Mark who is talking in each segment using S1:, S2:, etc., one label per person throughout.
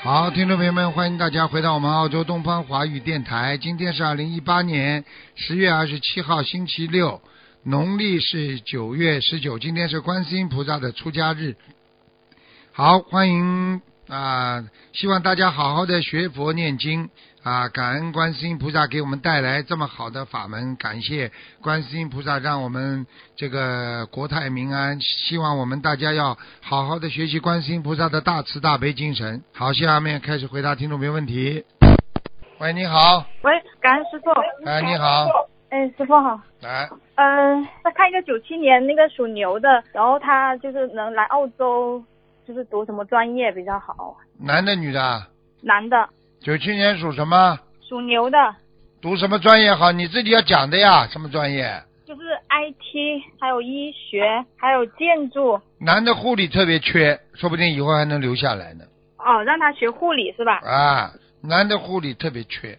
S1: 好，听众朋友们，欢迎大家回到我们澳洲东方华语电台。今天是二零一八年十月二十七号，星期六，农历是九月十九。今天是观世音菩萨的出家日。好，欢迎啊、希望大家好好的学佛念经啊、感恩观世音菩萨给我们带来这么好的法门，感谢观世音菩萨让我们这个国泰民安。希望我们大家要好好的学习观世音菩萨的大慈大悲精神。好，下面开始回答听众朋友问题。喂，你好，
S2: 喂，感恩师傅。
S1: 哎，你好，
S2: 哎，师傅好。
S1: 来，
S2: 嗯、那看一个九七年那个属牛的，然后他就是能来澳洲，就是读什么专业比较好？
S1: 男的女的啊？
S2: 男的，
S1: 九七年属什么？
S2: 属牛的，
S1: 读什么专业好？你自己要讲的呀，什么专业？
S2: 就是 IT，还有医学，还有建筑。
S1: 男的护理特别缺，说不定以后还能留下来呢。
S2: 哦，让他学护理是吧？
S1: 啊，男的护理特别缺，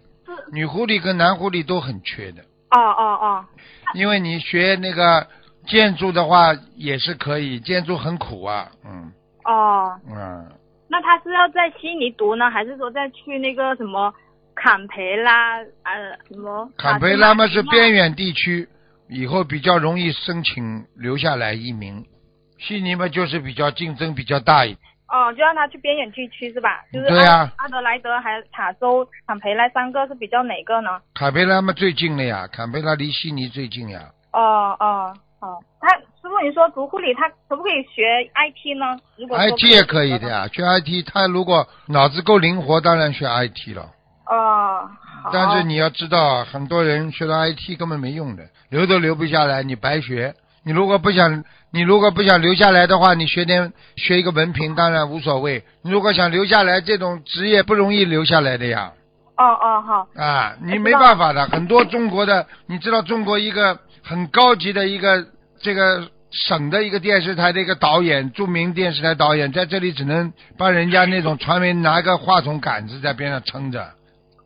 S1: 女护理跟男护理都很缺的。
S2: 哦哦哦，
S1: 因为你学那个建筑的话也是可以，建筑很苦啊，嗯
S2: 哦，
S1: 嗯，
S2: 那他是要在悉尼读呢，还是说再去那个什么坎培拉呃什么？
S1: 坎培拉嘛
S2: 马提
S1: 是
S2: 亚
S1: 边远地区，以后比较容易申请留下来移民。悉尼嘛就是比较竞争比较大一点，
S2: 哦，就让他去边远地区是吧？就是
S1: 对呀
S2: 阿阿德莱德还有塔州、坎培拉三个是比较哪个呢？
S1: 坎培拉嘛最近了呀，坎培拉离悉尼最近呀。
S2: 哦哦哦，他师傅你说读护理他可不可以学 IT 呢？如果说
S1: IT 也可以的。呀，学 IT 他如果脑子够灵活，当然学 IT 了。
S2: 哦，好。
S1: 但是你要知道，很多人学到 IT 根本没用的，留都留不下来，你白学。你如果不想，你如果不想留下来的话，你学点学一个文凭当然无所谓。你如果想留下来，这种职业不容易留下来的呀。
S2: 哦哦好，
S1: 啊，你
S2: 知
S1: 没
S2: 道
S1: 办法的，很多中国的，你知道中国一个很高级的一个这个省的一个电视台的一个导演，著名电视台导演，在这里只能帮人家那种传媒拿个话筒杆子在边上撑着。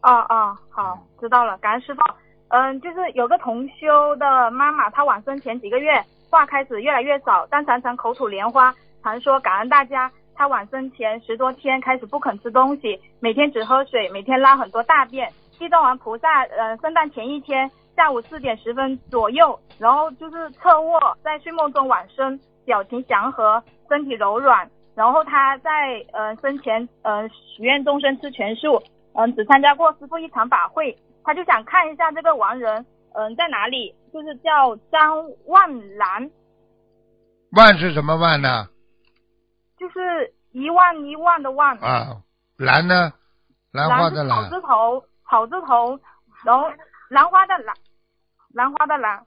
S2: 哦哦好，知道了，感恩师傅。嗯，就是有个同修的妈妈，她往生前几个月话开始越来越少，但常常口吐莲花，常说感恩大家。她往生前十多天开始不肯吃东西，每天只喝水，每天拉很多大便。地藏王菩萨，呃，圣诞前一天下午四点十分左右，然后就是侧卧在睡梦中往生，表情祥和，身体柔软。然后她在呃生前呃许愿终身吃全素，嗯，只参加过师傅一场法会，他就想看一下这个亡人，嗯，在哪里？就是叫张万兰，
S1: 万是什么万呢？
S2: 就是一万一万的万，
S1: 啊，兰呢？兰花的
S2: 是草
S1: 兰
S2: 字头，草字头，然后兰花的兰，兰花的兰。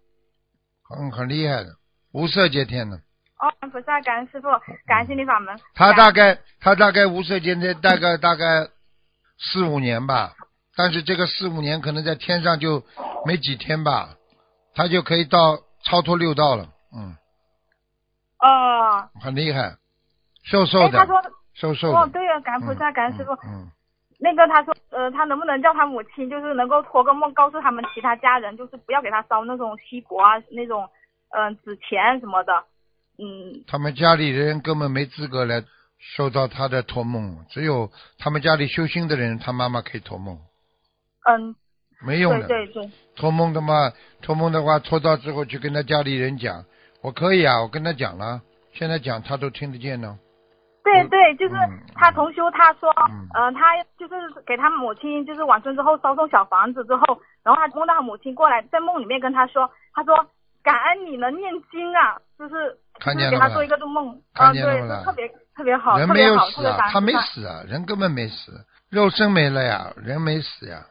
S1: 很很厉害的，无色界天的。
S2: 哦，菩萨感恩师傅，感恩心灵法门。
S1: 他
S2: 感
S1: 大概他大概无色界天大概大概四五年吧，但是这个四五年可能在天上就没几天吧，他就可以到超脱六道了，嗯，
S2: 哦，
S1: 很厉害，瘦瘦
S2: 哎，他
S1: 的，
S2: 说，
S1: 瘦瘦的，
S2: 哦，对了，感恩菩萨，感恩师傅。
S1: 嗯，
S2: 那个他说，呃，他能不能叫他母亲，就是能够托个梦，告诉他们其他家人，就是不要给他烧那种锡箔啊，那种嗯、呃纸钱什么的，嗯，
S1: 他们家里人根本没资格来受到他的托梦，只有他们家里修心的人，他妈妈可以托梦，
S2: 嗯，
S1: 没用
S2: 对
S1: 的，
S2: 对对，
S1: 托梦的嘛，托梦的话，托到之后去跟他家里人讲，我可以啊，我跟他讲了，现在讲他都听得见呢。
S2: 对对，就是
S1: 嗯
S2: 他同修他说
S1: 嗯，
S2: 呃，他就是给他母亲就是往生之后烧送小房子之后，然后他梦到他母亲过来，在梦里面跟他说，他说感恩你能念经啊，就是
S1: 看
S2: 就
S1: 见
S2: 是给
S1: 了
S2: 他
S1: 吗
S2: 做一个梦，啊，
S1: 看见
S2: 对，
S1: 了
S2: 就
S1: 吗
S2: 特别特别好，
S1: 人
S2: 特
S1: 没
S2: 别
S1: 有
S2: 好，特
S1: 死
S2: 别感
S1: 啊，
S2: 恩
S1: 他没
S2: 菩萨
S1: 死啊，人根本没死，肉身没了呀，人没死呀，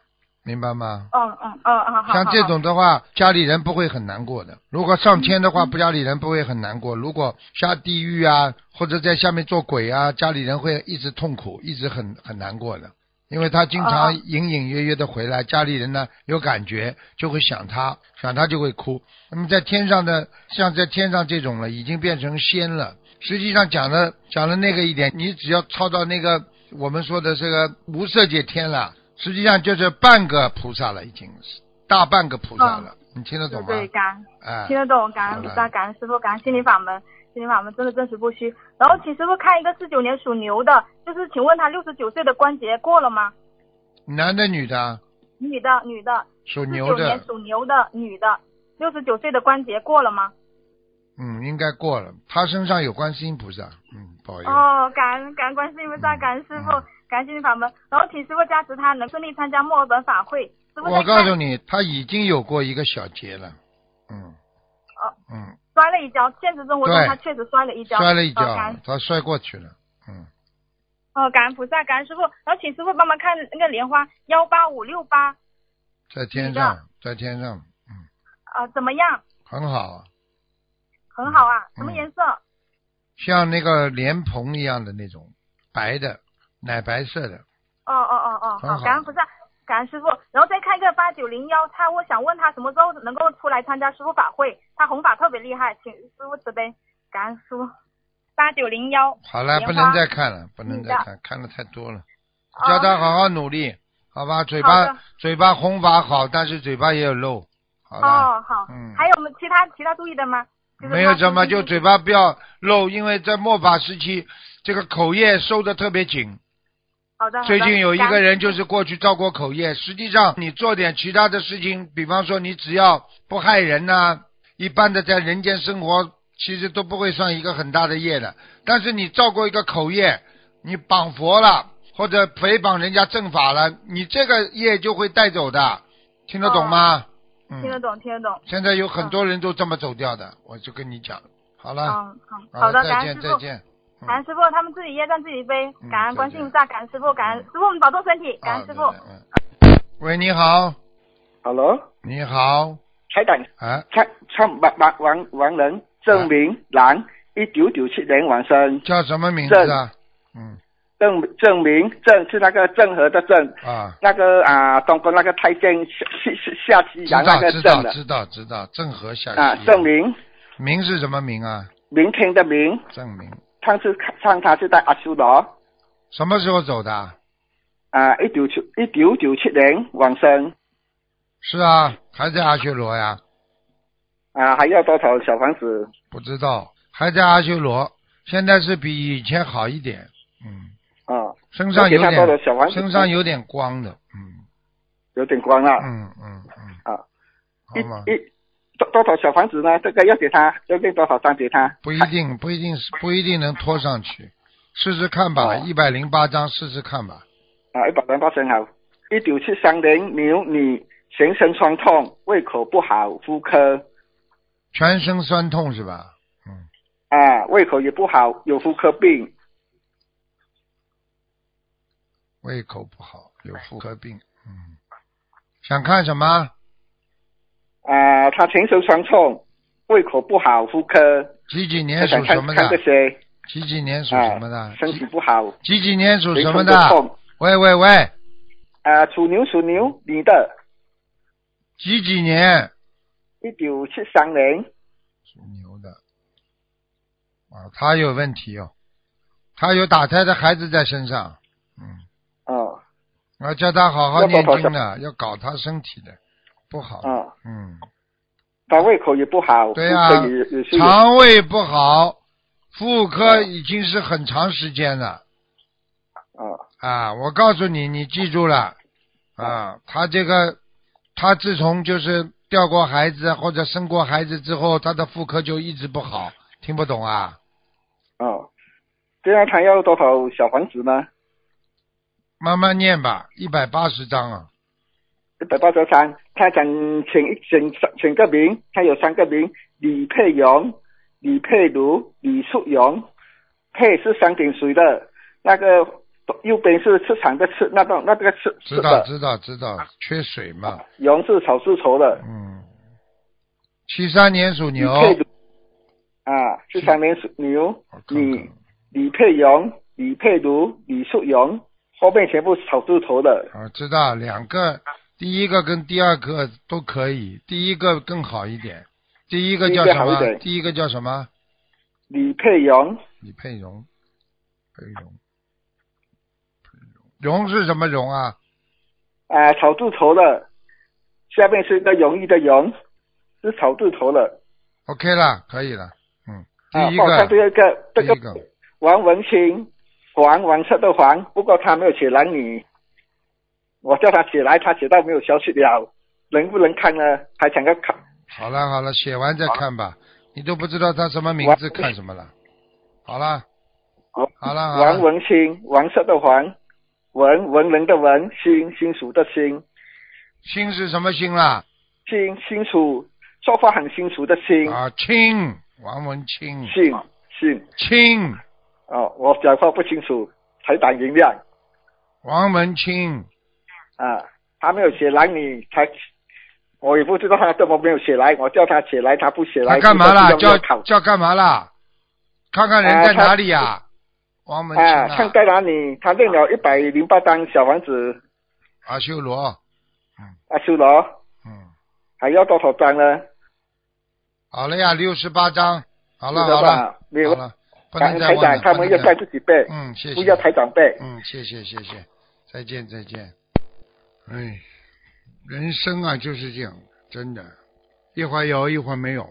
S1: 明白吗？
S2: 嗯嗯嗯嗯，好，
S1: 像
S2: 好
S1: 这
S2: 好
S1: 种的话，家里人不会很难过的。如果上天的话，
S2: 嗯
S1: 不家里人不会很难过；如果下地狱啊，或者在下面做鬼啊，家里人会一直痛苦，一直很很难过的。因为他经常
S2: 哦
S1: 隐隐约约的回来，家里人呢有感觉就会想他，想他就会哭。那么在天上的，像在天上这种了，已经变成仙了。实际上讲的讲的那个一点，你只要超到那个我们说的这个无色界天了，实际上就是半个菩萨了，已经是大半个菩萨了。你听得懂吗
S2: 嗯对，？感恩
S1: 哎
S2: 听，得懂，感恩
S1: 好
S2: 菩
S1: 了
S2: 萨，感恩师傅，感恩心灵法门。心灵法门真的真实不虚。然后请师傅看一个四九年属牛的，就是请问他六十九岁的关节过了吗？
S1: 男的女的？
S2: 女的，女的，
S1: 属
S2: 四
S1: 牛
S2: 九年
S1: 的，
S2: 属牛的女的，六十九岁的关节过了吗？
S1: 嗯，应该过了。他身上有观世音菩萨，嗯，保佑。
S2: 哦，感恩感恩观世音菩萨，感恩师傅
S1: 嗯，
S2: 感恩心灵法门。然后请师傅加持他能顺利参加墨尔本法会。师傅
S1: 我
S2: 再
S1: 告
S2: 看
S1: 诉你，他已经有过一个小劫了，嗯，
S2: 哦
S1: 嗯，
S2: 摔了一跤，现实生活中
S1: 对
S2: 他确实摔了一跤，
S1: 摔了一
S2: 哦感
S1: 跤
S2: 恩，
S1: 他摔过去了，嗯，
S2: 哦，感恩菩萨，感恩师傅。然后请师傅帮忙看那个莲花幺八五六八
S1: 在天
S2: 你的
S1: 上，在天上，嗯，
S2: 啊，怎么样？
S1: 很好啊，
S2: 很好啊，什么
S1: 嗯
S2: 颜色？
S1: 像那个莲蓬一样的那种白的，奶白色的，
S2: 哦哦哦哦，
S1: 很好
S2: 感恩菩萨，感恩师傅。然后再看一个八九零幺，他我想问他什么时候能够出来参加师傅法会？他弘法特别厉害，请师傅慈悲，感恩师傅。八九零幺，
S1: 好了，
S2: 莲
S1: 不
S2: 花
S1: 能再看了，不能
S2: 你
S1: 再
S2: 的
S1: 看，看的太多了。
S2: 哦
S1: 叫他好好努力，好吧？嘴
S2: 好
S1: 巴
S2: 的
S1: 嘴巴红法好，但是嘴巴也有漏，好吧？
S2: 哦好，
S1: 嗯
S2: 还有我们其他其他注意的吗？就是
S1: 没有
S2: 他
S1: 什么，
S2: 最
S1: 就
S2: 近
S1: 嘴巴不要漏，因为在末法时期，这个口业收的特别紧。
S2: 好的好的
S1: 最近有一
S2: 感
S1: 个
S2: 恩
S1: 人就是过去造过口业，实际上你做点其他的事情，比方说你只要不害人呐、一般的在人间生活其实都不会算一个很大的业的。但是你造过一个口业，你绑佛了或者诽谤人家正法了，你这个业就会带走的，听得懂吗？
S2: 哦听得
S1: 嗯，
S2: 懂听得懂，
S1: 现在有很多人都这么走掉的，我就跟你讲，好了，
S2: 嗯嗯，
S1: 啊好
S2: 好的，
S1: 再
S2: 感恩
S1: 见
S2: 师
S1: 再
S2: 傅。
S1: 见，嗯
S2: 感恩师傅，他们自己业障自己背
S1: 嗯。
S2: 感恩观
S1: 再见
S2: 世
S1: 嗯
S2: 音菩萨，感恩师傅，感恩师傅，我们保重身体，感
S1: 啊
S2: 恩师
S1: 对
S2: 傅。
S1: 对嗯喂，你好，
S3: Hello，
S1: 你好，
S3: 台长，
S1: 啊，
S3: 蔡蔡王王王王仁，
S1: 啊
S3: 郑明兰，一九九七年往生，
S1: 叫什么名字啊？嗯
S3: 郑郑明郑是那个郑和的郑，
S1: 啊，
S3: 那个啊，中国那个太监下下下
S1: 知
S3: 西洋那
S1: 道
S3: 个
S1: 知
S3: 郑
S1: 道
S3: 的
S1: 知道知道，郑和下西
S3: 啊，
S1: 洋
S3: 郑明，
S1: 明是什么明啊？
S3: 明天的明，
S1: 郑明
S3: 上次上他是在阿修罗
S1: 什么时候走的啊？
S3: 啊，一九九一九九七年往生
S1: 是啊，还在阿修罗呀？
S3: 啊，还要多少小房子？
S1: 不知道，还在阿修罗，现在是比以前好一点，嗯，
S3: 啊，
S1: 身上有
S3: 我给他多少小
S1: 点
S3: 王子
S1: 身上有点光的，嗯
S3: 有点光了、
S1: 嗯嗯嗯，
S3: 啊，一
S1: 好吗？
S3: 一多多少小房子呢？这个要给他，要给多少张给他？
S1: 不一定不一定是不一定能拖上去，试试看吧，
S3: 哦
S1: 一百零八章试试看吧。
S3: 啊，一百零八声好。一九七三年牛女，全身酸痛，胃口不好，妇科
S1: 全身酸痛是吧？嗯，
S3: 啊，胃口也不好，有妇科病
S1: 胃口不好，有妇科病。嗯，想看什么？
S3: 啊。她全身酸痛，胃口不好，妇科。
S1: 几几
S3: 她
S1: 年属
S3: 想
S1: 什
S3: 看
S1: 么
S3: 看这
S1: 的？
S3: 些
S1: 几几年属什
S3: 啊
S1: 么的？，
S3: 身体
S1: 几
S3: 不好，
S1: 几几年属
S3: 全
S1: 什么
S3: 身
S1: 的
S3: 都？痛
S1: 喂喂喂，
S3: 啊。属牛属牛，女的，
S1: 几几年？
S3: 一九七三年
S1: 属牛的。啊，他有问题哦，他有打胎的孩子在身上。嗯，
S3: 哦
S1: 我叫他好好
S3: 要
S1: 念
S3: 搞搞
S1: 经
S3: 什
S1: 的，要搞他身体的，不好。
S3: 啊，
S1: 嗯，
S3: 她胃口也不好，
S1: 对啊
S3: 妇科也也是有
S1: 肠胃不好，妇科
S3: 哦
S1: 已经是很长时间了。
S3: 啊
S1: 啊，我告诉你，你记住了啊，他这个，他自从就是掉过孩子或者生过孩子之后，他的妇科就一直不好，听不懂啊？
S3: 哦。这样她要多少小房子呢？
S1: 慢慢念吧，一百八十章啊，
S3: 一百八十三，他想请一请请个名，他有三个名：李佩荣、李佩如、李淑荣。佩是三点水的，那个右边是吃场的吃，那个那个吃吃
S1: 知道
S3: 的。
S1: 知道知道，缺水嘛，
S3: 荣是草字头的。
S1: 嗯，七三年属
S3: 李
S1: 牛，
S3: 佩如啊，是三年属牛
S1: 我。看看
S3: 李李佩荣、李佩如、李淑荣，后面全部是草字头的。
S1: 啊，知道两个，第一个跟第二个都可以，第一个更好一点，第一个
S3: 第一
S1: 叫
S3: 个
S1: 什
S3: 好一
S1: 么？
S3: 点
S1: 第一个叫什么？
S3: 李佩荣
S1: 李佩荣，佩荣，佩荣，荣是什么荣啊？
S3: 啊，草字头的，下面是一个容易的容，是草字头的。
S1: OK 了，可以了，嗯，第一
S3: 啊，我
S1: 个
S3: 看这个这
S1: 第
S3: 个
S1: 一个
S3: 王文清，黄黄色的黄，不过他没有写男女，我叫他写来，他写到没有消息了，能不能看呢？还想要看
S1: 好了好了，写完再看吧。你都不知道他什么名字，看什么了？好了，
S3: 王
S1: 好了，好
S3: 王
S1: 了。
S3: 文清，黄色的黄，文文人的文，星星属的星，
S1: 姓是什么姓啦？
S3: 星星属说话很清楚的星，
S1: 啊，清，王文清，
S3: 姓姓
S1: 清，
S3: 哦，我讲话不清楚，台长原谅
S1: 王文清。
S3: 啊，他没有写来你才。我也不知道他怎么没有写来，我叫他写来，他不写来。
S1: 他干嘛啦？
S3: 不知道
S1: 叫
S3: 有没有考
S1: 叫干嘛啦？看看人在哪里呀、王文清
S3: 啊，看在哪里？他认了一百零八张小房子，
S1: 阿修罗，
S3: 阿修罗
S1: 嗯，
S3: 还要多少张呢？
S1: 好了呀，六十八章，好了
S3: 是的
S1: 好
S3: 吧
S1: 了，
S3: 没有
S1: 好了，不
S3: 感
S1: 能
S3: 恩
S1: 再
S3: 台
S1: 问
S3: 长，
S1: 了，
S3: 他
S1: 不
S3: 们
S1: 能
S3: 要
S1: 再
S3: 带自己背，
S1: 嗯，谢
S3: 不要
S1: 谢，
S3: 台长背。
S1: 嗯，谢谢谢谢，再见再见。哎，人生啊就是这样，真的，一会儿有，一会儿没有。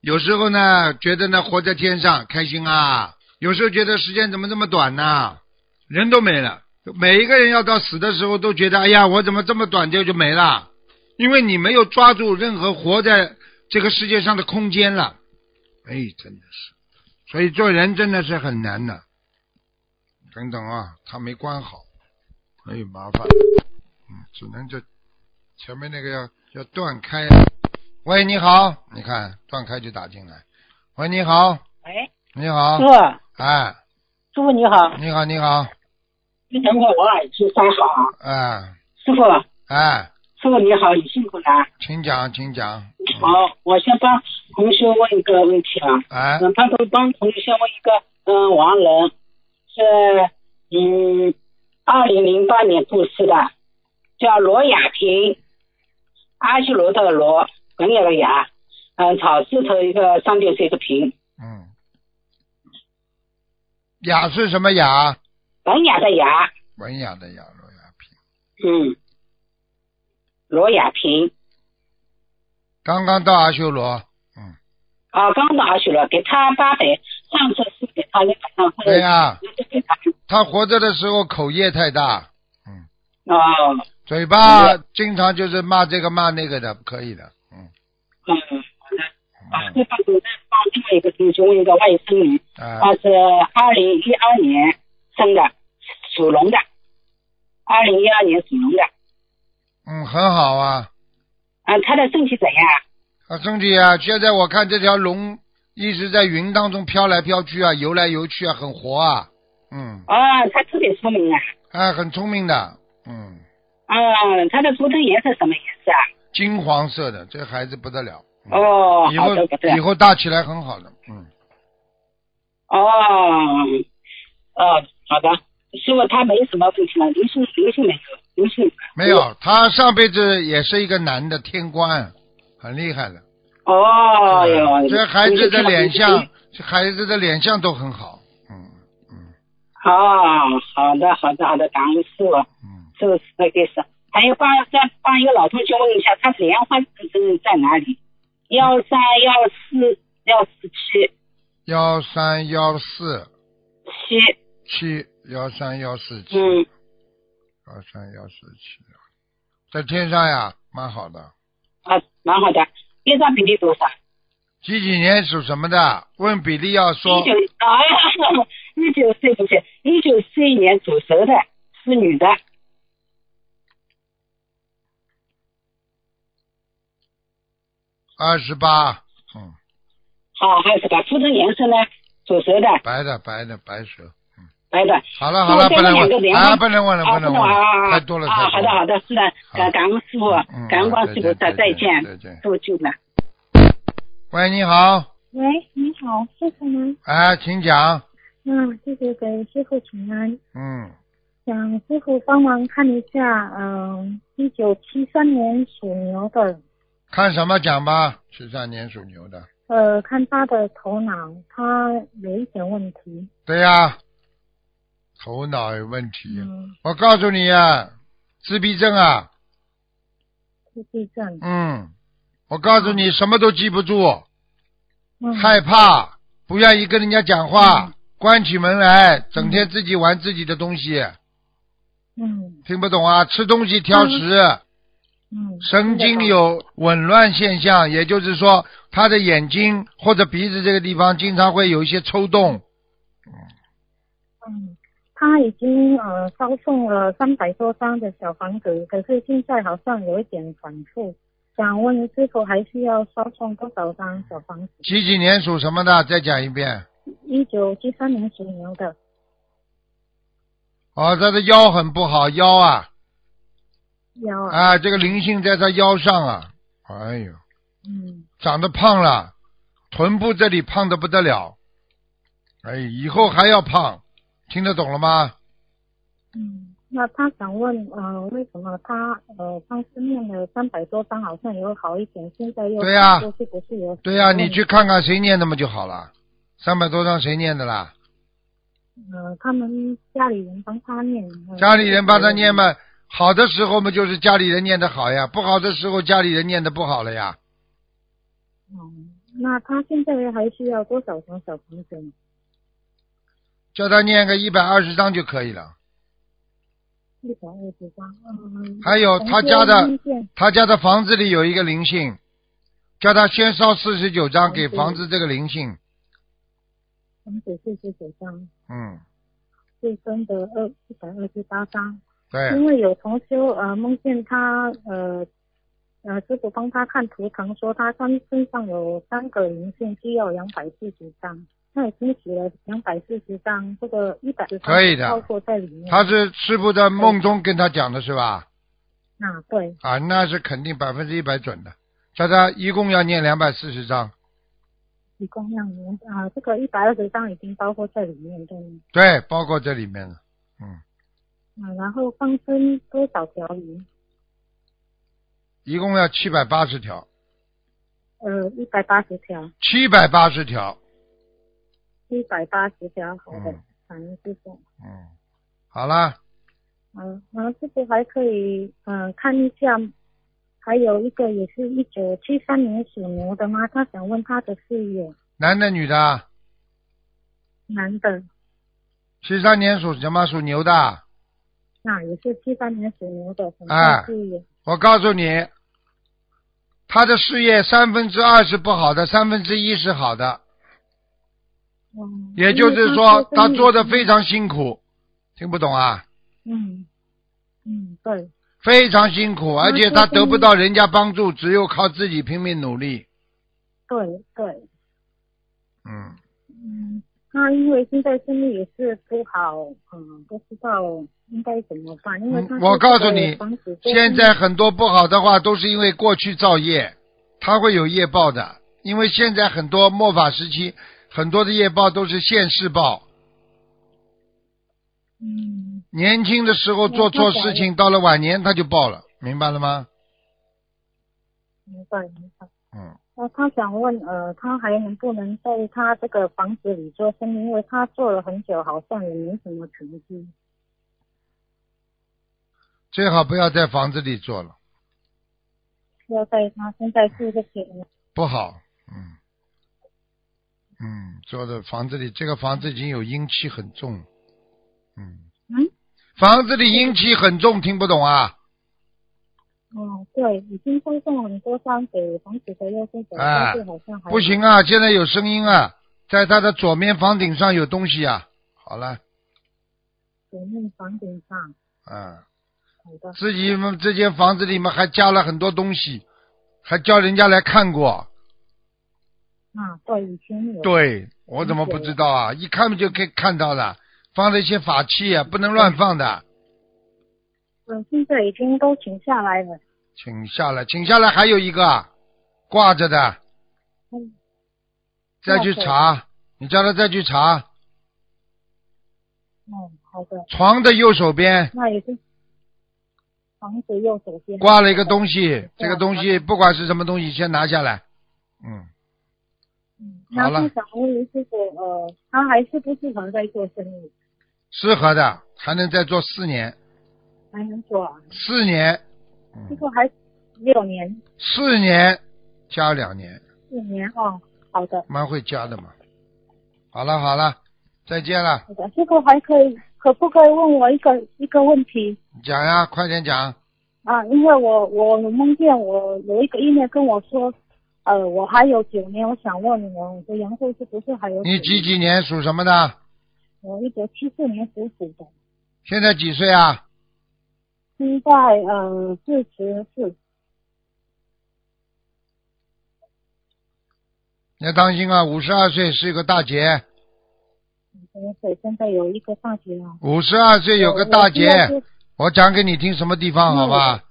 S1: 有时候呢，觉得呢活在天上开心啊；有时候觉得时间怎么这么短呢、人都没了。每一个人要到死的时候都觉得，哎呀，我怎么这么短就就没了？因为你没有抓住任何活在这个世界上的空间了。哎，真的是，所以做人真的是很难的。等等啊，他没关好，哎，麻烦了。嗯，只能这前面那个要要断开。啊喂，你好，你看断开就打进来。喂，你好，
S4: 喂，
S1: 你好
S4: 哎师，傅，
S1: 哎，
S4: 师傅你好，
S1: 你好，你好，
S4: 吉祥话我耳机三好啊，
S1: 哎，
S4: 师傅，
S1: 哎，
S4: 师傅你好，你辛苦了。
S1: 请讲，请讲，
S4: 好，我先帮同学问一个问题啊，
S1: 哎，
S4: 嗯，他头帮同学问一个，嗯，王人是嗯，二零零八年过世的，叫罗雅婷，阿修罗的罗，本雅的雅，嗯，草字头一个上边是一个平，
S1: 嗯，雅是什么雅？
S4: 本雅的雅，
S1: 文雅的雅，罗雅萍。
S4: 嗯，罗雅婷。
S1: 刚刚到阿修罗，嗯，
S4: 啊，刚拿去了，给他八百，上次是给他一百，然后
S1: 哎对呀、
S4: 就给他
S1: 他活着的时候口业太大，
S4: 哦，
S1: 嘴巴经常就是骂这个骂那个的，不可以的，嗯，
S4: 嗯，好的，啊，
S1: 嗯
S4: 这帮我再帮另外一个同学问一个外甥女，
S1: 啊，
S4: 她是二零一二年生的，属龙的，二零一二年属龙的，
S1: 嗯，很好啊，
S4: 啊，她的身体怎样？
S1: 啊，兄弟啊，现在我看这条龙一直在云当中飘来飘去啊，游来游去啊，很活啊，嗯，
S4: 啊，她特别聪明啊，
S1: 啊，很聪明的，嗯，
S4: 啊，她的图腾颜色什么颜色啊？
S1: 金黄色的，这孩子不得了，嗯
S4: 哦，
S1: 以
S4: 好的，好
S1: 后
S4: 的
S1: 以，后大起来很好的，嗯，
S4: 哦，哦，好的，师傅她没什么问题了，灵性灵性没有，灵性
S1: 没有，他上辈子也是一个男的天官，很厉害的，
S4: 哦
S1: 嗯
S4: 哟，
S1: 这孩子的脸相，这孩子的脸相都很好，嗯嗯
S4: 哦，好的，好的，好的，感恩师傅，
S1: 嗯。
S4: 师傅是那个意思。还有帮再帮一个老同学问一下，他莲花是在哪里？幺三幺四幺四七
S1: 幺三幺四
S4: 七，
S1: 七幺三幺四七
S4: 嗯，
S1: 幺三幺四七，啊在天上呀，蛮好的。
S4: 啊，蛮好的。业障比例多少？
S1: 几几年属什么的？问比例要说
S4: 一九啊，一九四不是一九四一年属蛇的，是女的。
S1: 二十八，嗯，
S4: 好，还有什么？出生颜色呢？属蛇的，
S1: 白的白的白蛇。
S4: 白的。
S1: 好了好了，
S4: 那
S1: 不
S4: 我再
S1: 能
S4: 哦问两个
S1: 问
S4: 莲
S1: 啊，
S4: 花
S1: 不能问了
S4: 啊，
S1: 能问
S4: 不懂
S1: 了，
S4: 啊
S1: 太多了
S4: 啊！
S1: 太
S4: 好
S1: 多
S4: 的好
S1: 了。
S4: 的，是的，感感恩师傅
S1: 嗯，
S4: 感恩
S1: 好
S4: 观
S1: 再
S4: 世菩萨，
S1: 见再
S4: 再
S1: 见
S4: 见
S1: 再见，
S4: 祝祝呢。
S1: 喂，你好，
S5: 喂，你好，师傅吗？
S1: 哎，请讲，
S5: 嗯，弟子给师傅请安，
S1: 嗯，
S5: 想师傅帮忙看一下，嗯、1一九七三年属牛的，
S1: 看什么讲吧？十三年属牛的，
S5: 呃，看他的头脑，他有一点问题。
S1: 对呀、头脑有问题。
S5: 嗯，
S1: 我告诉你啊，自闭症啊，
S5: 自闭症。
S1: 嗯，我告诉你，什么都记不住，
S5: 嗯，
S1: 害怕、不愿意跟人家讲话，关起门来，整天自己玩自己的东西，
S5: 嗯
S1: 听不懂啊？吃东西挑食，
S5: 嗯，
S1: 神经有紊乱现象，也就是说，他的眼睛或者鼻子这个地方经常会有一些抽动。
S5: 嗯，他已经呃烧送了三百多张的小房子，可是现在好像有一点反复，想问是否还需要烧送多少张小房子？
S1: 几几年属什么的？再讲一遍。
S5: 一九七三年属牛的，
S1: 哦，他的腰很不好，腰啊
S5: 要啊，
S1: 啊，这个灵性在他腰上啊，哎呦，
S5: 嗯
S1: 长得胖了，臀部这里胖的不得了，哎，以后还要胖，听得懂了吗？
S5: 嗯，那他想问呃为什么他呃上次念了三百多张好像有好一点，现在又
S1: 对呀
S5: 是不是有
S1: 对呀、
S5: 什么
S1: 你
S5: 问
S1: 去看看谁念的嘛就好了，三百多张谁念的啦？
S5: 呃他们家里人帮他念，呃
S1: 家里人帮他念？嘛，好的时候嘛就是家里人念的好呀，不好的时候家里人念的不好了呀。
S5: 嗯，那他现在还需要多少张小房子呢？
S1: 叫他念个一百二十章就可以了。
S5: 一百二十张，嗯，
S1: 还有哦他家
S5: 房
S1: 的
S5: 间意见
S1: 他家的房子里有一个灵性，叫他先烧四十九章给房子这个灵性。
S5: 房子四十九张，
S1: 嗯，
S5: 最终的二一百二十八张。因
S1: 对，
S5: 为有同修呃梦见他呃呃师傅帮他看图腾，说他身身上有三个灵性，需要两百四十张。那已经写了两百四十张，这个一百
S1: 可以的
S5: 包括在里面。
S1: 他是师傅在梦中跟他讲的是吧？
S5: 啊，对，
S1: 啊，那是肯定百分之一百准的。叫他一共要念两百四十章，
S5: 一共两年啊，这个一百二十张已经包括在里面对。
S1: 对，包括这里面的。嗯，
S5: 啊，然后放生多少条鱼？
S1: 一共要七百八十条，
S5: 呃，一百八十条。
S1: 七百八十条。
S5: 一百八十条，好的
S1: 嗯，
S5: 感恩师傅。
S1: 嗯，好啦，
S5: 嗯，然后师傅还可以嗯、呃看一下，还有一个也是一九七三年属牛的吗？他想问他的事业，
S1: 男的女的啊？
S5: 男的，
S1: 七三年属什么？属牛的啊。
S5: 那也是七三年属牛的，什
S1: 哎
S5: 么事业？
S1: 我告诉你，他的事业三分之二是不好的，三分之一是好的，
S5: 嗯，
S1: 也就是
S5: 因为
S1: 说他做的
S5: 生意
S1: 非常辛苦，听不懂啊？
S5: 嗯嗯对，
S1: 非常辛苦，而且他
S5: 他做生
S1: 得
S5: 意
S1: 不到人家帮助，只有靠自己拼命努力。
S5: 对对，
S1: 嗯，
S5: 嗯，那因为现在生意也是不好，嗯，不知道应该怎么办，因为
S1: 嗯
S5: 他
S1: 我
S5: 自己
S1: 告诉
S5: 的
S1: 你
S5: 房子都
S1: 现
S5: 是
S1: 在很多不好的话都是因为过去造业，他会有业报的。因为现在很多末法时期，很多的业报都是现世报。
S5: 嗯。
S1: 年轻的时候做错事情，到了晚年他就报了，明白了吗？
S5: 明白明白。
S1: 嗯。
S5: 那他想问，呃，他还能不能在他这个房子里做生意？因为他做了很久，好像也没什么成绩。
S1: 最好不要在房子里做了，
S5: 要在他现在住这些，
S1: 不好。嗯，嗯，做的房子里，这个房子已经有阴气很重。嗯。
S5: 嗯。
S1: 房子里阴气很重，听不懂啊？
S5: 哦，对，已经收送很多张给房子的要求者，
S1: 哎
S5: 但是好像还
S1: 不行啊！现在有声音啊，在他的左面房顶上有东西啊。好了，
S5: 给面房顶上。
S1: 嗯，
S5: 好的，
S1: 自己们这间房子里面还加了很多东西，还叫人家来看过。
S5: 啊，对，以前有。
S1: 对，我怎么不知道啊？一看就可以看到的，放了一些法器啊，不能乱放的，
S5: 嗯，现在已经都请下来了。
S1: 请下来，请下来，还有一个啊挂着的，
S5: 嗯，
S1: 再去查，你叫他再去查，
S5: 哦，好的，
S1: 床的右手边
S5: 那也是房子右手边。
S1: 挂了一个东西，这个东西不管是什么东西，先拿下来，嗯，
S5: 嗯，
S1: 好
S5: 那
S1: 了
S5: 不想问师傅，呃，他还适不适合在做生意？
S1: 适合的，还能再做四年，
S5: 还能做啊？
S1: 四年，嗯
S5: 师傅还六年、
S1: 四年加两年，
S5: 四年哦，好的，
S1: 蛮会加的嘛，好了好了，再见了，
S5: 好的，师傅还可以，可不可以问我一个一个问题
S1: 你讲呀，快点讲。
S5: 啊？因为我我梦见我有一个意念跟我说，呃，我还有九年，我想问我我的阳寿是不是还有？
S1: 你几？几年属什么的？
S5: 我一九七四年属虎的，
S1: 现在几岁啊？
S5: 现在呃四十四，
S1: 你要当心啊，五十二岁是个大劫，
S5: 所以现在有一个大劫啊。
S1: 五十二岁有个大
S5: 我现在
S1: 劫
S5: 就。
S1: 我讲给你听，什么地方好吧？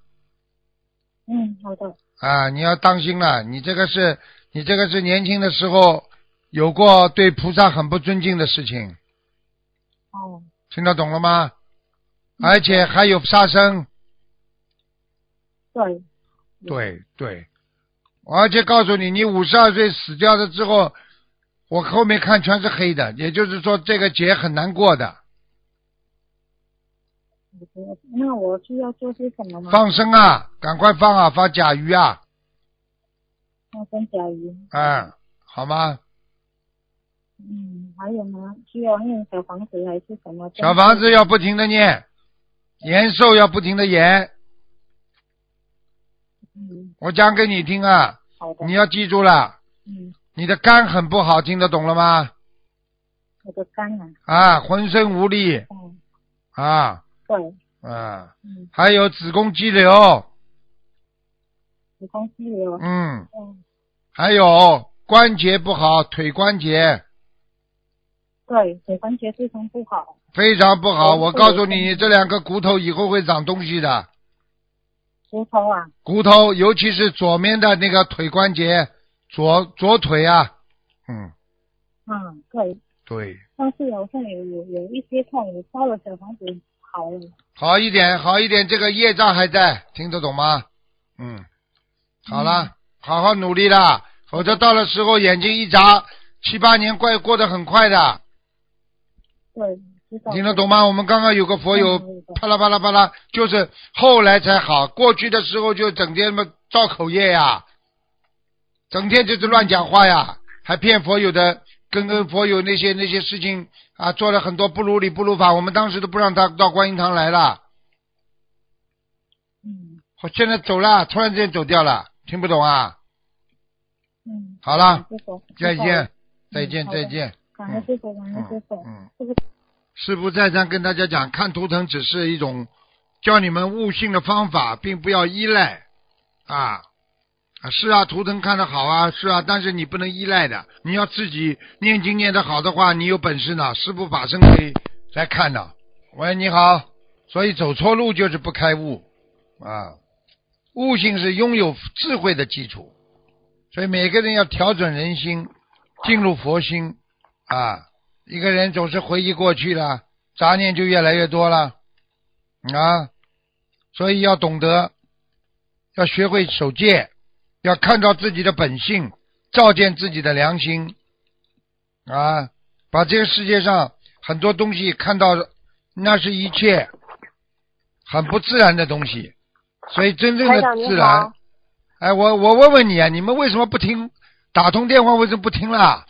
S5: 嗯，好的，
S1: 啊，你要当心了，你这个是，你这个是年轻的时候有过对菩萨很不尊敬的事情，
S5: 哦，
S1: 听得懂了吗？
S5: 嗯
S1: 而且还有杀生，
S5: 对，
S1: 对对，而且告诉你，你五十二岁死掉了之后，我后面看全是黑的，也就是说这个劫很难过的。
S5: 我那我需要做些什么吗？
S1: 放生啊，赶快放啊，放甲鱼啊，
S5: 放生甲鱼，
S1: 嗯，好吗？
S5: 嗯，还有呢，需要念小房子还是什么？
S1: 小房子要不停的念，延寿要不停的延。
S5: 嗯，
S1: 我讲给你听啊，
S5: 好的，
S1: 你要记住了，
S5: 嗯，
S1: 你的肝很不好，听得懂了吗？
S5: 我的肝啊，
S1: 啊，浑身无力
S5: 嗯，
S1: 啊，
S5: 对，
S1: 啊，
S5: 嗯，
S1: 还有子宫肌瘤，
S5: 子宫肌瘤，
S1: 嗯，
S5: 嗯，
S1: 还有关节不好，腿关节
S5: 对，腿关节非常不好，
S1: 非常不好。
S5: 哦
S1: 我
S5: 是
S1: 告诉
S5: 的
S1: 你，你这两个骨头以后会长东西的，
S5: 石头啊，
S1: 骨头，尤其是左面的那个腿关节，左左腿啊，嗯，
S5: 嗯，对，
S1: 对，
S5: 但是好像有有有一些痛，我烧了小房子好了，
S1: 好一点，好一点，这个业障还在，听得懂吗？嗯，好了，
S5: 嗯
S1: 好好努力啦，否则到了时候眼睛一眨，七八年怪过得很快的，
S5: 对，知道，
S1: 听得懂吗？我们刚刚有个佛友
S5: 嗯
S1: 啪啦啪啦啪啦，就是后来才好，过去的时候就整天嘛造口业呀，整天就是乱讲话呀，还骗佛友的，跟跟佛友那些那些事情啊，做了很多不如理不如法，我们当时都不让他到观音堂来了，
S5: 嗯
S1: 我现在走了，突然之间走掉了，听不懂啊？
S5: 嗯，
S1: 好了，
S5: 师傅，
S1: 再见，
S5: 嗯
S1: 再见，
S5: 好的
S1: 再见。
S5: 感恩师傅，感恩师傅，
S1: 嗯
S5: 是不是？
S1: 师傅再三跟大家讲，看图腾只是一种教你们悟性的方法，并不要依赖啊啊是啊，图腾看得好啊是啊，但是你不能依赖的，你要自己念经念得好的话，你有本事呢，师傅法身可以来看的。喂，你好，所以走错路就是不开悟啊，悟性是拥有智慧的基础，所以每个人要调整人心，进入佛心啊。一个人总是回忆过去了，杂念就越来越多了啊。所以要懂得，要学会守戒，要看到自己的本性，照见自己的良心啊。把这个世界上很多东西看到，那是一切很不自然的东西。所以真正的
S6: 台长您
S1: 自然
S6: 好，
S1: 哎，我我问问你啊，你们为什么不听？打通电话为什么不听啦？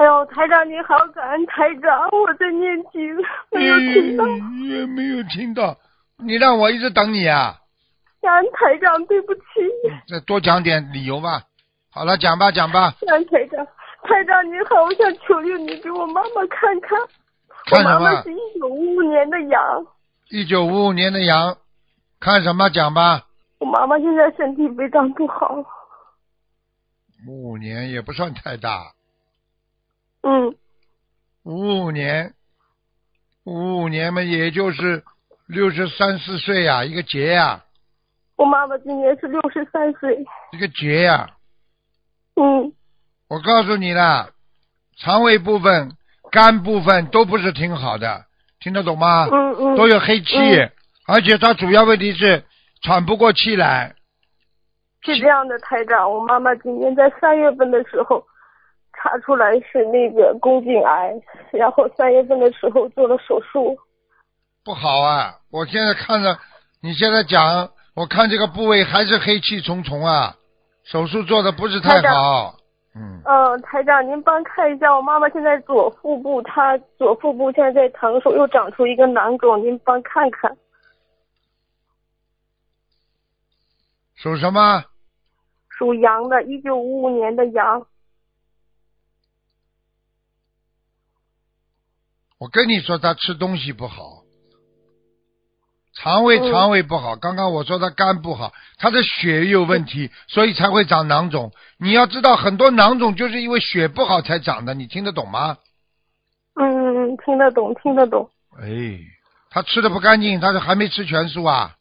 S6: 哎呦，台长你好，感恩台长，我在念经，没有听到，
S1: 嗯也没有听到。你让我一直等你啊？
S6: 感恩台长，对不起，
S1: 再多讲点理由吧。好了，讲吧讲吧，
S6: 感恩台长，台长你好，我想求求你给我妈妈看看，
S1: 看
S6: 我
S1: 什
S6: 妈
S1: 么
S6: 妈是？一九五五年的羊，
S1: 一九五五年的羊，看什么？讲吧。
S6: 我妈妈现在身体非常不好，
S1: 五五年也不算太大，
S6: 嗯，
S1: 五五年，五五年嘛，也就是六十三四岁呀、一个劫呀、
S6: 我妈妈今年是六十三岁，
S1: 一个劫呀、
S6: 嗯，
S1: 我告诉你啦，肠胃部分、肝部分都不是挺好的，听得懂吗？
S6: 嗯嗯，
S1: 都有黑气，
S6: 嗯
S1: 而且他主要问题是喘不过气来。
S6: 是这样的，台长，我妈妈今年在三月份的时候查出来是那个宫颈癌，然后三月份的时候做了手术。
S1: 不好啊！我现在看着你现在讲，我看这个部位还是黑气重重啊，手术做的不是太
S6: 台
S1: 好。嗯，
S6: 嗯，台长，您帮看一下，我妈妈现在左腹部，她左腹部现在在疼，说又长出一个囊肿，您帮看看。
S1: 属什么？
S6: 属羊的，一九五五年的羊。
S1: 我跟你说，他吃东西不好，肠胃
S6: 嗯
S1: 肠胃不好。刚刚我说他肝不好，他的血液有问题，所以才会长囊肿。你要知道，很多囊肿就是因为血不好才长的，你听得懂吗？
S6: 嗯，听得懂，听得懂。
S1: 哎，他吃的不干净，他是还没吃全素啊。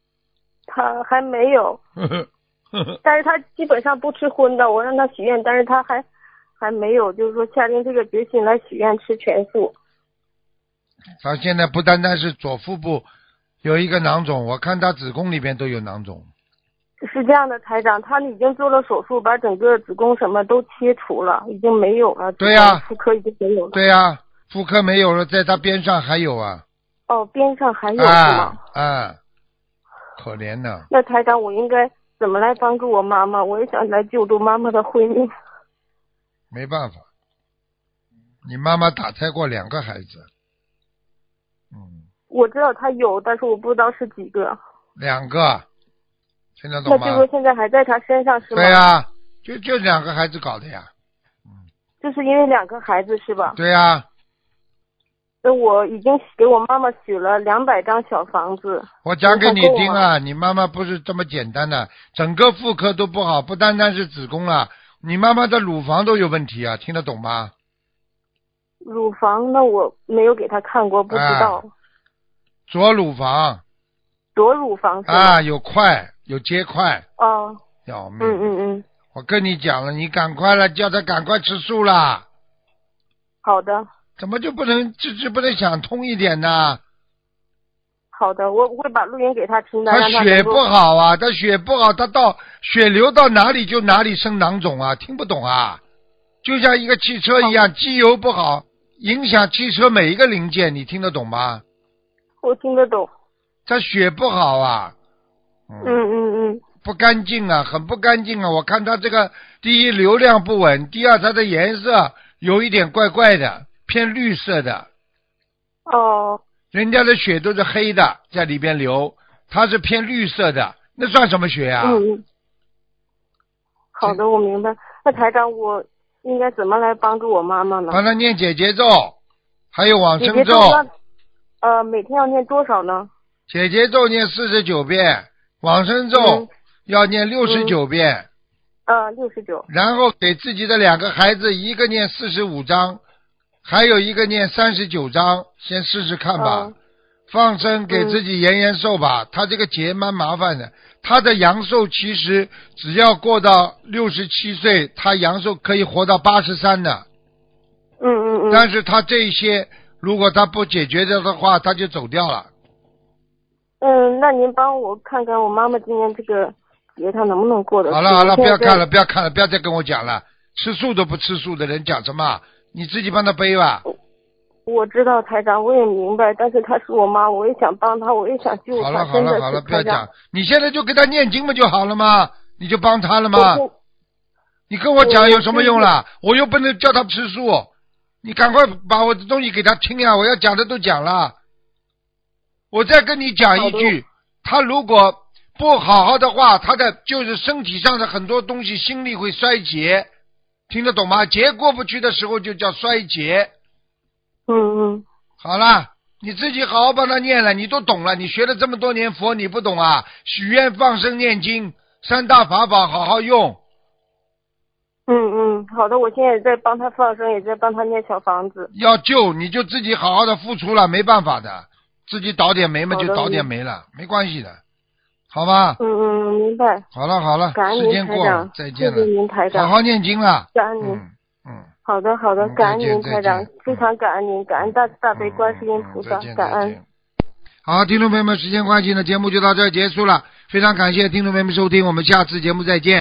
S6: 她还没有，
S1: 呵呵呵呵，
S6: 但是她基本上不吃荤的，我让她许愿，但是她还还没有，就是说下定这个决心来许愿吃全素。
S1: 他现在不单单是左腹部有一个囊肿，我看他子宫里边都有囊肿。
S6: 是这样的，台长，她已经做了手术，把整个子宫什么都切除了，已经没有了。
S1: 对呀
S6: 子宫妇科已经没有了。
S1: 对呀、妇科没有了，在他边上还有啊，
S6: 哦，边上还有是吗？
S1: 啊啊，可怜呐。
S6: 那台长，我应该怎么来帮助我妈妈？我也想来救助妈妈的婚姻。
S1: 没办法，你妈妈打胎过两个孩子，嗯，
S6: 我知道她有，但是我不知道是几个。
S1: 两个，听得
S6: 那
S1: 懂
S6: 就是说
S1: 吗？
S6: 现在还在她身上是吗？
S1: 对呀、就就两个孩子搞的呀，
S6: 就是因为两个孩子是吧？
S1: 对啊呀、
S6: 那我已经给我妈妈许了两百张小房子。
S1: 我讲给你
S6: 那够
S1: 听啊，你妈妈不是这么简单的，整个妇科都不好，不单单是子宫了，你妈妈的乳房都有问题啊，听得懂吗？
S6: 乳房那我没有给她看过，不知道。
S1: 哎左乳房
S6: 左乳房是吧？
S1: 啊有块，有结块，
S6: 哦，
S1: 要命！
S6: 嗯嗯嗯，
S1: 我跟你讲了，你赶快了，叫她赶快吃素啦。
S6: 好的
S1: 怎么就不能这这不能想通一点呢？
S6: 好的，我会把录音给她听的，
S1: 他
S6: 让她
S1: 血
S6: 能够
S1: 不好啊，他血不好，他到血流到哪里就哪里生囊肿啊，听不懂啊？就像一个汽车一样，机油不好影响汽车每一个零件，你听得懂吗？
S6: 我听得懂。
S1: 他血不好啊，
S6: 嗯嗯嗯，
S1: 不干净啊，很不干净啊！我看他这个第一流量不稳，第二它的颜色有一点怪怪的，偏绿色的，
S6: 哦，
S1: 人家的血都是黑的在里边流，它是偏绿色的，那算什么血啊？嗯
S6: 嗯嗯，好的，我明白。那台长，我应该怎么来帮助我妈妈呢？
S1: 帮他念解结咒，还有往
S6: 姐
S1: 啊生
S6: 姐
S1: 咒
S6: 咒。要，呃，每天要念多少呢？
S1: 解结咒念四十九遍，往生咒
S6: 嗯
S1: 要念六十九遍，
S6: 呃，六十九。
S1: 然后给自己的两个孩子，一个念四十五章，还有一个念三十九章，先试试看吧。
S6: 嗯
S1: 放生给
S6: 嗯
S1: 自己延延寿吧，他这个劫蛮麻烦的。他的阳寿其实只要过到六十七岁，他阳寿可以活到八十三的。
S6: 嗯嗯嗯。
S1: 但是他这一些，如果他不解决掉的话，他就走掉了。
S6: 嗯，那您帮我看看我妈妈今年这个节她能不能过得去？
S1: 好了好了，
S6: 我现
S1: 不
S6: 在
S1: 要
S6: 在
S1: 看了，。不要看了，不要再跟我讲了。吃素都不吃素的人讲什么啊？你自己帮他背吧。
S6: 我知道台长，我也明白，但是她是我妈，我也想帮她，我也想救
S1: 好
S6: 她
S1: 了，好
S6: 真的
S1: 了
S6: 是
S1: 好了，不要
S6: 台长
S1: 讲。。你现在就给他念经不就好了吗？你就帮他了
S6: 我
S1: 吗？
S6: 现
S1: 你跟我讲有什么用啦？我又不能叫他吃素，你赶快把我的东西给他听啊呀！我要讲的都讲了，我再跟你讲一
S6: 好
S1: 句，他如果不好好的话，他的就是身体上的很多东西，心力会衰竭，听得懂吗？劫过不去的时候就叫衰竭。
S6: 嗯嗯，
S1: 好啦，你自己好好帮他念了，你都懂了。你学了这么多年佛，你不懂啊？许愿、放生、念经三大法宝，好好用。
S6: 嗯嗯，好的，我现在也在帮她放生，也在帮她念小房子。
S1: 要救你就自己好好的付出了，没办法的，自己倒点霉嘛
S6: 好的
S1: 就倒点霉了，没关系的，好吧？
S6: 嗯嗯，明白。
S1: 好了好了
S6: 感，恩
S1: 时
S6: 您
S1: 间
S6: 台
S1: 过了
S6: 长，，
S1: 再见
S6: 谢谢
S1: 了，
S6: 您台
S1: 好
S6: 长，
S1: 好念经了，
S6: 感恩您。
S1: 嗯嗯，
S6: 好的，好的
S1: 嗯，
S6: 感恩
S1: 再见
S6: 您台长
S1: 再见，
S6: 非常感恩您，感恩大慈大悲
S1: 嗯
S6: 观世音
S1: 嗯
S6: 菩
S1: 再
S6: 萨
S1: 见，
S6: 感
S1: 再
S6: 恩
S1: 见。好，听众朋友们，时间关系呢，节目就到这儿结束了，非常感谢听众朋友们收听，我们下次节目再见。